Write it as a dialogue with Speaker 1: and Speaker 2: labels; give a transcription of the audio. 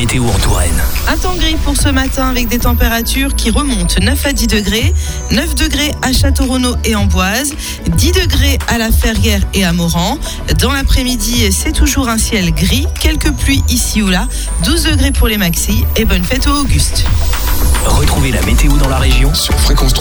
Speaker 1: météo en Touraine.
Speaker 2: Un temps gris pour ce matin avec des températures qui remontent 9 à 10 degrés. 9 degrés à Château-Renaud et Amboise, 10 degrés à la Ferrière et à Moran. Dans l'après-midi, c'est toujours un ciel gris, quelques pluies ici ou là, 12 degrés pour les maxis et bonne fête au Auguste.
Speaker 1: Retrouvez la météo dans la région
Speaker 3: sur fréquence